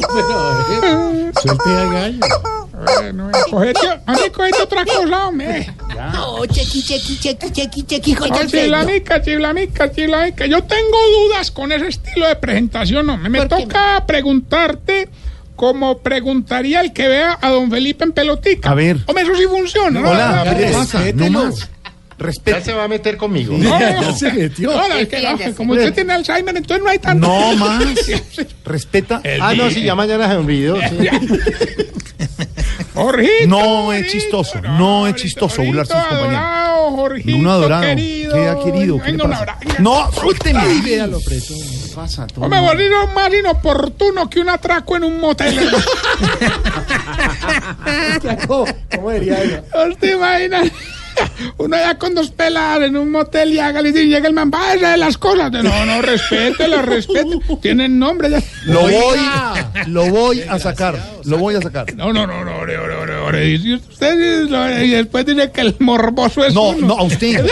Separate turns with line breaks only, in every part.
Pero, eh, suelte al gallo. Bueno, eh, cogete, ande, cogete este otra cosa, hombre.
Oh, chequi, chequi, chequi, chequi, chequi,
Ah,
Oh, chiblamica, chiblamica, chiblamica. Yo tengo dudas con ese estilo de presentación, hombre. Me
¿Por qué?
toca preguntarte como preguntaría el que vea a don Felipe en pelotica.
A ver.
Hombre, eso sí funciona, ¿no?
Hola,
La-
¿qué
la-
pasa? No más.
Ya se va a meter conmigo.
No,
Ya se metió.
Hola, es que no, que como usted tiene Alzheimer, entonces no hay tanto.
No más. Ah, Respeta.
Ah, no, sí, ya mañana se me olvidó. sí.
Jorgito,
No es
Jorgito,
chistoso, no es
Jorgito,
chistoso burlarse de sus
Jorgito
compañeros.
adorado, Jorgito,
Uno adorado.
querido.
¿Qué ha querido? ¿Qué le
Venga, un
pasa?
abrazo.
No, suélteme.
Véalo,
Ah, preso. ¿Qué pasa? Todo
Hombre,
mal.
Jorgito es más inoportuno que un atraco en un motel.
¿Cómo diría ella?
¿No te imaginas? Uno allá con dos pelas en un motel y hágale y llega el man, vaya de las cosas. No, no, respétela, respete. Tienen nombre ya.
Lo voy, lo voy a sacar. Lo voy a sacar.
No, no, no, no, ore, ore, ore, ore. Y Usted, lo- y después dice que el morboso es
No,
uno.
no, a usted.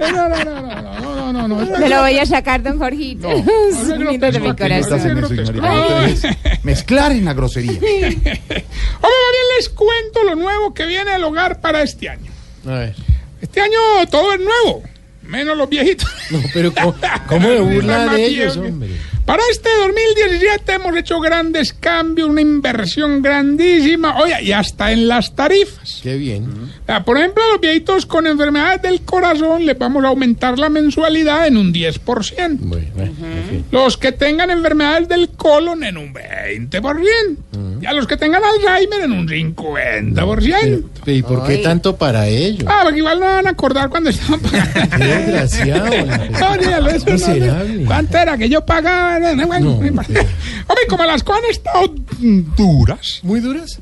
No, no, no, no, no, no, no, no.
Me lo voy a sacar, don Jorgito. Es un lindo de mi
Estás
corazón.
en eso,
Ay.
señorita. No te Mezclar en la grosería.
Vamos a ver, les cuento lo nuevo que viene al hogar para este año.
A ver.
Este año todo es nuevo, menos los viejitos.
No, pero ¿cómo, cómo me burla de ellos, hombre?
Para este 2017 hemos hecho grandes cambios, una inversión grandísima. Oye, y hasta en las tarifas.
Qué bien.
Ah, Por ejemplo, a los viejitos con enfermedades del corazón les vamos a aumentar la mensualidad en un 10%.
Bueno, en fin.
Los que tengan enfermedades del colon en un 20%. Y a los que tengan Alzheimer en un 50%.
¿Y por qué tanto para ellos?
Ah, porque igual no van a acordar cuando estaban pagando.
Qué desgraciado.
No, ni a lo eso, no,
Miserable.
¿Cuánto era que yo pagaba? No, bueno, no importa. Hombre, como las cosas han estado duras,
¿Muy duras?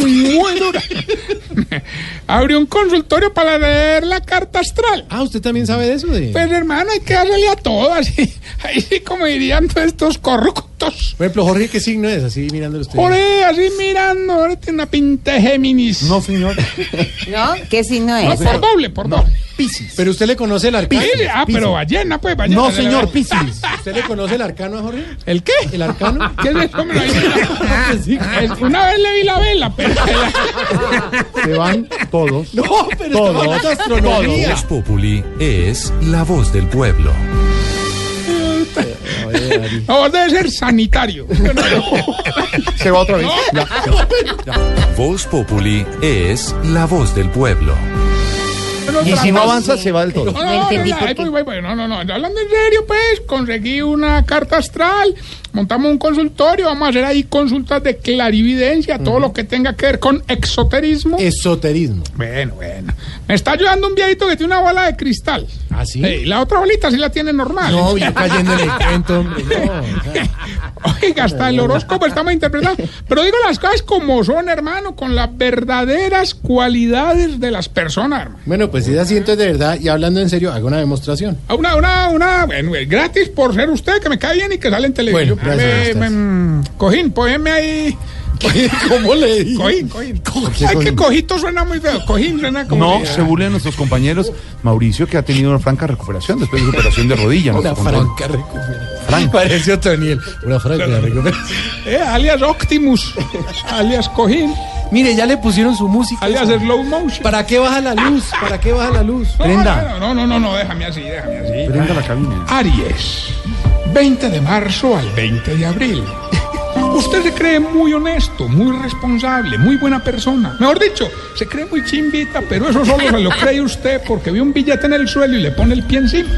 muy, muy duras, abrió un consultorio para leer la carta astral.
Ah, ¿usted también sabe de eso? De...
Pues hermano, hay que darle a todo, así, ahí sí como dirían todos estos corruptos.
Por ejemplo, Jorge, ¿qué signo es? Así mirándolo usted.
Joder, así mirando, ahora tiene una pinta de Géminis.
No, señor.
¿No? ¿Qué signo
No,
es?
por doble, por doble.
Piscis. Pero usted le conoce el arcano.
Piscis, ah, pero ballena, pues, ballena.
No, señor, Piscis. ¿Usted le conoce el arcano a Jorge?
¿El qué?
¿El arcano?
¿Qué es eso? Me lo dice. Es- Una vez le vi la vela, pero
Se van todos. No, pero
Todos.
todos. Es astronomía.
Populi es la voz del pueblo.
no, vos debe ser sanitario.
Se va otra vez.
Voz Populi es la voz del pueblo.
Y si no avanza, se va del todo.
No, no, no,
entendí
no,
por
eh,
qué.
voy, voy, voy, no, no, no, hablando en serio, pues, conseguí una carta astral, montamos un consultorio, vamos a hacer ahí consultas de clarividencia, todo lo que tenga que ver con exoterismo.
Esoterismo.
Bueno, bueno. Me está ayudando un viejito que tiene una bola de cristal.
¿Ah, sí?
Eh, la otra bolita sí la tiene normal.
No, yo cayendo en el cuento, hombre. No.
Oiga, hasta el horóscopo estamos interpretando. Pero digo las cosas como son, hermano, con las verdaderas cualidades de las personas, hermano.
Bueno, pues si es asiento es de verdad y hablando en serio, haga una demostración.
A Ah, Una, una, una, bueno, eh, gratis por ser usted, que me cae bien y que sale en televisión. Ah,
Bueno, gracias,
Me-
gracias.
me- mm, cojín, ponme ahí.
¿Cómo le digo?
Cojín, cojín.
qué
Ay, que
cojín?
cojito suena muy feo. Cojín suena como.
No se burlen nuestros compañeros. Mauricio, que ha tenido una franca recuperación después de su operación de rodilla. nos
Una
contó.
franca recuperación. Pareció Toniel. Una franca recuperación.
Eh, alias Optimus, alias Cojín,
Mire, ya le pusieron su música.
alias Slow Motion.
¿Para qué baja la luz? ¿Para qué baja la luz?
No,
Prenda.
No, no, no, no, déjame así, déjame así.
Prenda la cabina.
Aries, 20 de marzo al 20 de abril. Usted se cree muy honesto, muy responsable, muy buena persona. Mejor dicho, se cree muy chimbita, pero eso solo se lo cree usted porque ve un billete en el suelo y le pone el pie encima.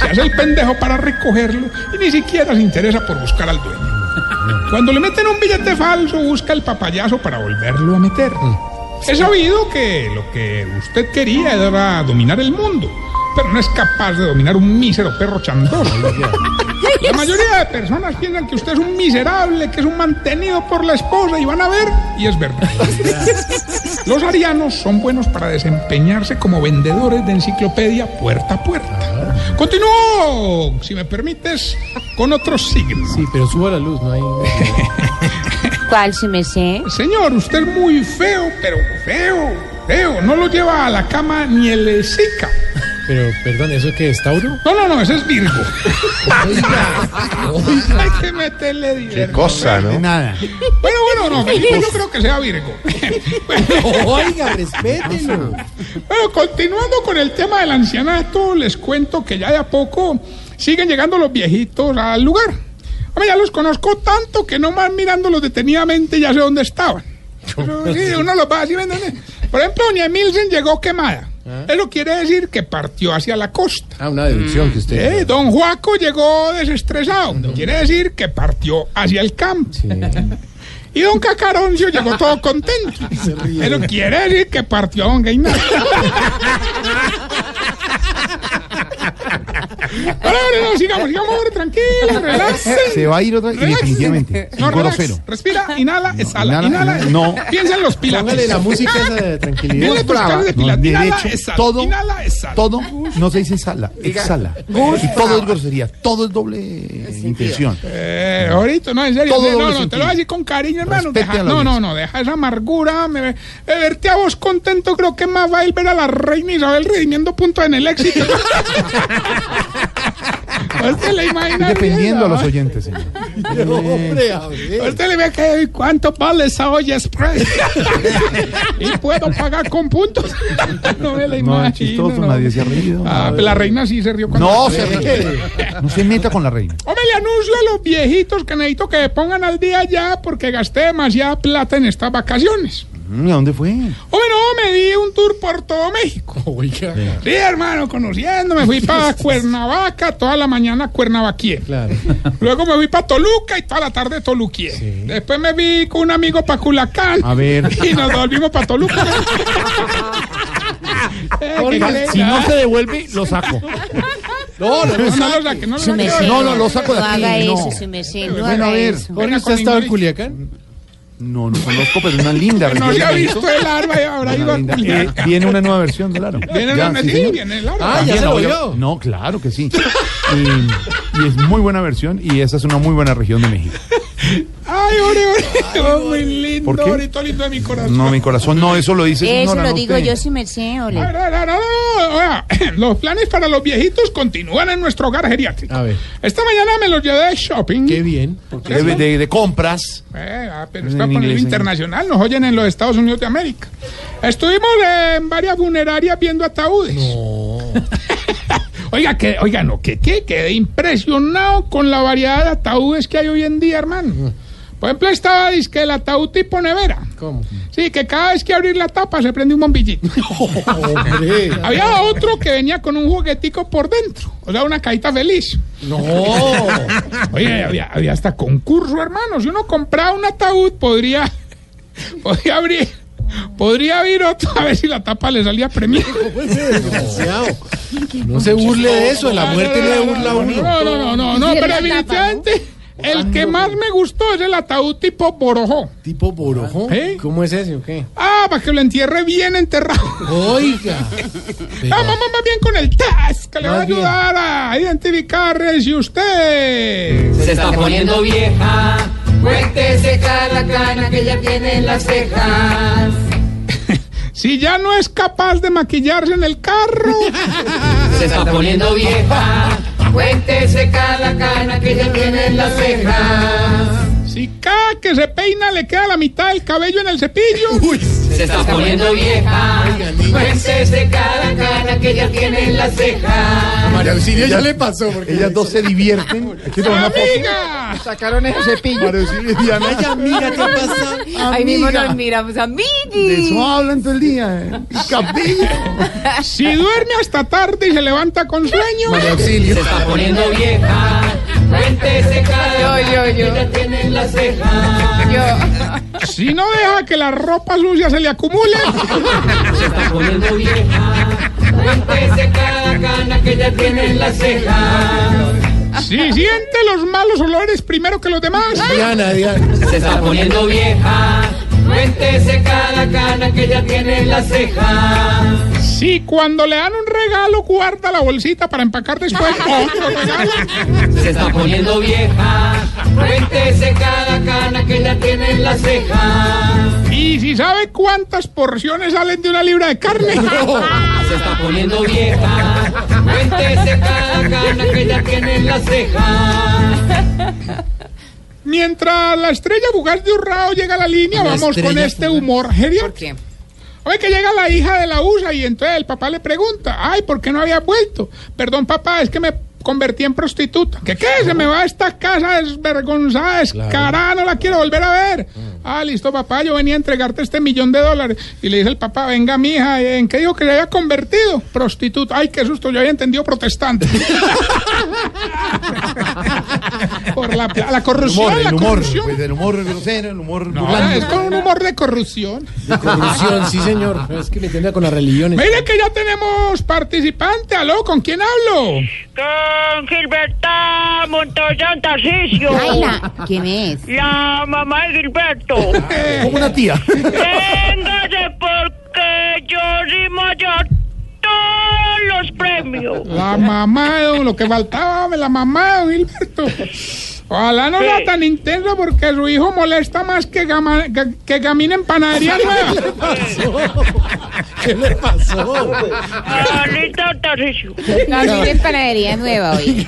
Se hace el pendejo para recogerlo y ni siquiera se interesa por buscar al dueño. Cuando le meten un billete falso, busca el papayazo para volverlo a meter. He sabido que lo que usted quería era dominar el mundo, pero no es capaz de dominar un mísero perro chandor. La mayoría de personas piensan que usted es un miserable, que es un mantenido por la esposa y van a ver, y es verdad. Los arianos son buenos para desempeñarse como vendedores de enciclopedia puerta a puerta. Continúo, si me permites, con otros signos.
Sí, pero suba la luz, no hay.
¿Cuál si me sé?
Señor, usted es muy feo, pero feo, feo. No lo lleva a la cama ni el Zika.
Pero, perdón, ¿eso qué es Tauro?
No, no, no, ese es Virgo. Hay que meterle dinero.
Cosa, ¿no?
Nada.
Bueno, bueno, no, Felipe, no creo que sea Virgo.
Oiga, respétenlo.
Bueno, continuando con el tema del ancianato, les cuento que ya de a poco siguen llegando los viejitos al lugar. Hombre, ya los conozco tanto que nomás mirándolos detenidamente ya sé dónde estaban. Pero, sí, uno los va así, ven, ven. Por ejemplo, doña Emilsen llegó quemada. Eso quiere decir que partió hacia la costa.
Ah, una deducción que usted.
Eh, don Juaco llegó desestresado. Quiere decir que partió hacia el campo. Y don Cacaroncio llegó todo contento. Pero quiere decir que partió a don Gainal. Ahora, ahora, no, sigamos, sigamos, hombre, tranquilo, relájense.
Se va a ir otra y
Relax.
definitivamente.
No,
un
relax.
grosero.
Respira, inhala, exhala,
inhala,
inhala.
inhala. No.
Piensa en los pilates.
Póngale la música esa de tranquilidad.
Dile tus claves de
No,
pilates. inhala,
derecho,
exhala,
todo,
inhala, exhala.
todo no se dice exhala, exhala. Y todo es grosería, todo es doble intención.
Eh, ahorita, no, en serio.
Todo
no,
doble
no, te
sentido.
lo voy a decir con cariño, hermano.
Respete
Deja-
a la
no, no,
audiencia.
no, deja esa amargura. Me, me- verte a vos contento, creo que más va a ir ver a la reina Isabel redimiendo puntos en el éxito. Usted le imagina.
Dependiendo a los oyentes, señor.
Hombre, a ver.
Usted le ve que cuánto vale esa olla express. y puedo pagar con puntos. no me la
No
imagino.
es chistoso,
no.
nadie se ha reído.
Ah, la reina sí se rió cuando.
Oh,
No se ríe. No se meta con la reina.
Hombre, le anuncio a los viejitos que necesito que me pongan al día ya porque gasté demasiada plata en estas vacaciones.
Mm, ¿A dónde fue?
Hombre, no, me di un tour por todo México.
Oiga.
Sí, hermano, conociendo, me fui para Cuernavaca toda la mañana, Cuernavaquier.
Claro.
Luego me fui para Toluca y toda la tarde Toluquier. Después me vi con un amigo para Culacán.
A ver.
Y nos volvimos para Toluca. Eh, qué caleta.
Si no se devuelve, lo saco.
No, no,
No, no, o sea, que no lo
Si me
saque.
sé.
No, no, lo saco de
No
aquí,
haga
no.
eso, si me sé. No
Bueno, a
haga
ver.
eso.
Venga
Jorge,
con
¿usted ha estado en
Ingrid.
Culiacán?
No, no conozco, pero es una linda
No se
región.
ha visto el arma y ahora iba a
Una linda-
Culiacán.
Eh, Viene una nueva versión del aro.
Viene
Ya,
la
sí,
sí,
señor.
viene la
Ah, ya
También
se
la
lo
voy a-
vio.
No, claro que sí. Y, y es muy buena versión y esa es una muy buena región de México.
Ay, ore, ore. Oh, muy lindo,
¿Por qué?
orito lindo de mi corazón.
No, mi corazón, no, eso lo dice.
Eso lo digo yo si me sé, ole.
Ay, no, no, no, no. Oiga, Los planes para los viejitos continúan en nuestro hogar geriátrico.
A ver.
Esta mañana me los llevé de shopping.
Qué bien. porque-
De, de- de compras.
Eh, ah, pero
En
está por el
inglés,
internacional, nos oyen en los Estados Unidos de América. Estuvimos en varias funerarias viendo ataúdes. oiga, que, oiga, no, que, que quedé impresionado con la variedad de ataúdes que hay hoy en día, hermano.
Mm.
Por ejemplo, estaba dizque el ataúd tipo nevera.
¿Cómo?
Sí, que cada vez que abrir la tapa se prende un bombillito.
Hombre.
Había otro que venía con un juguetico por dentro, o sea, una cajita feliz.
No.
Oye, había, había hasta concurso, hermano. Si uno compraba un ataúd, podría, podría abrir, podría abrir otro a ver si la tapa le salía premiada.
Desgraciado. pues, No se burle de eso. La muerte no le burla a uno.
No, no, no, no, no,
Y
pero
la tapa, ¿no?
definitivamente el que más me gustó es el ataúd tipo borojó.
Tipo borojón.
¿Eh?
¿Cómo es ese o qué?
Ah, para que lo entierre bien enterrado.
Oiga.
Ah, mamá, más bien con el test, que le va a
Más bien.
ayudar a identificar eh, si usted...
Se está poniendo vieja. Cuéntese cada cana que ya tiene en las cejas.
Si ya no es capaz de maquillarse en el carro.
Se está poniendo vieja. Cuéntese cada cana que ya tiene en las cejas.
Si cada que se peina le queda la mitad del cabello en el cepillo.
Se está poniendo vieja. Cuéntese cada cana que ya tiene en las cejas.
María Auxilio ya le pasó. Porque
Ellas dos se divierten. Aquí tengo una foto.
¡Amiga!
Sacaron ese cepillo.
Para decirle, Diana,
Ay, amiga, ¿qué pasa?
Ahí mismo
amiga.
nos miramos,
De
amigui.
eso hablan todo el día. eh. Cabello.
Si duerme hasta tarde y se levanta con sueño.
Se está poniendo vieja. Cuéntese cada
Yo, yo,
cana que
yo.
ya tiene en las cejas.
Si no deja que la ropa sucia se le acumule.
Se está poniendo vieja.
Cuéntese cada cana que ya tiene en la ceja.
Si siente los malos olores primero que los demás.
Diana, Se está poniendo vieja. Cuéntese cada cana que ya tiene en la ceja.
Si cuando le dan un regalo guarda la bolsita para empacar después otro regalo.
Se está poniendo vieja. Cuéntese cada cana que ya tiene en la ceja.
Y si sabe cuántas porciones salen de una libra de carne.
Se está poniendo vieja. Cuéntese cada cana que ya tiene en la ceja.
Mientras la estrella Bugaz de Urrao llega a la línea,
La
vamos con
estrella
este humor geriátrico. ¿Por qué? Oye, que llega la hija de la USA y entonces el papá le pregunta, ay, ¿por qué no había vuelto? Perdón, papá, es que me convertí en prostituta. ¿Qué qué? Se me va a esta casa desvergonzada, descarada, no la quiero volver a ver.
Mm.
Ah, listo, papá, yo venía a entregarte este millón de dólares. Y le dice el papá, venga, mija, ¿en qué dijo que se había convertido? Prostituta. Ay, qué susto, yo había entendido protestante. Por la, pla- la corrupción,
humor,
la
el humor,
corrupción.
pues, el humor grosero, el humor
No,
burlando.
es con un humor de corrupción.
De corrupción, sí,
señor.
Es que me entienda con las religiones.
Mire que ya tenemos participante. ¿Aló? ¿Con quién hablo?
Con Gilberta Montoya Tarcicio.
¿Quién es?
La mamá de Gilberto.
Como una tía.
Véngase porque yo rimo ya todos los premios.
La mamá de don- lo que faltaba, hombre, la mamá de don Gilberto. Ojalá no sea tan intenso porque su hijo molesta más que, gama- ga- que Gamina en panadería nueva.
¿Qué le pasó?
Carlita Tarcicio.
No, sí, es panadería nueva hoy.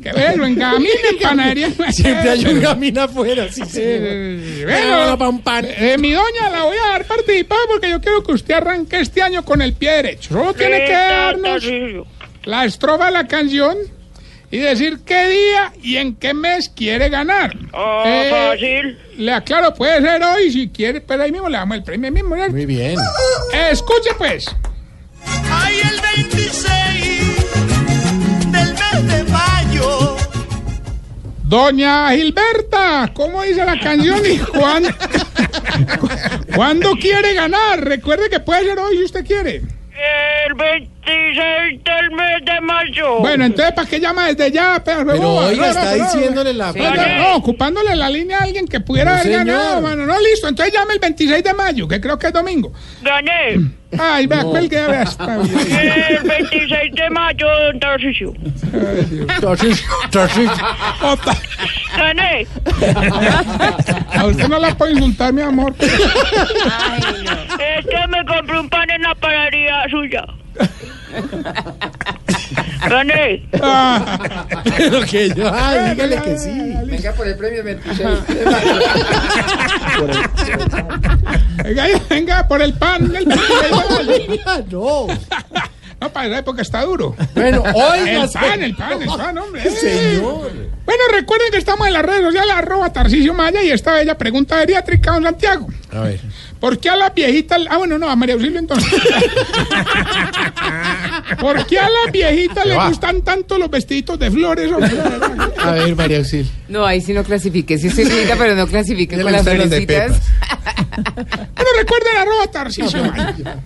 Que verlo, en Gamina en panadería nueva.
Siempre hay un gamín afuera, sí, señor.
Bueno, eh, mi doña, la voy a dar participar porque yo quiero que usted arranque este año con el pie derecho. Solo tiene que darnos Eh. la estrofa de la canción y decir qué día y en qué mes quiere ganar. Eh,
Ah, fácil.
Le aclaro, puede ser hoy si quiere, pero ahí mismo le damos el premio ahí mismo. ¿cierto?
Muy bien.
Escuche pues.
Hay el 26 del mes de mayo.
Doña Gilberta, ¿cómo dice la canción? ¿Y cuán- cuándo quiere ganar? Recuerde que puede ser hoy si usted quiere.
El 26 del mes de mayo.
Bueno, entonces, ¿para qué llama desde ya? Pero,
oiga, está diciéndole la-
No, ocupándole la línea a alguien que pudiera
No,
haber
señor.
ganado, mano. No, listo. Entonces llame el 26 de mayo, que creo que es domingo.
Gané.
Ay, vea, cuelgue, vea, está bien.
El 26 de mayo, don Tarcicio.
Opa.
Gané.
A usted no la puedo insultar, mi amor.
Es que Este me compré un pan en la panadería suya. Gané.
Ah,
Pero que yo, ay, dígale que sí.
Venga por el premio 26.
venga, venga, por el pan. el 26 de mayo.
No.
No, para esa época está duro.
Bueno, hoy
El
las-
pan, el pan, el pan, hombre.
Señor.
Bueno, recuerden que estamos en las redes sociales, arroba Tarcisio Maya y esta bella pregunta geriátrica, don Santiago.
A ver.
¿Por qué a las viejitas... Ah, bueno, no, a María Auxilio entonces. ¿Por qué a las viejitas les
va.
gustan tanto los vestiditos de flores? hombre?
A ver, María Auxil.
No, ahí sí no clasifique. Sí estoy bonita, pero no clasifique
Ya
con
le
las
gustaron las de
florecitas.
bueno, recuerden arroba Tarcisio Maya.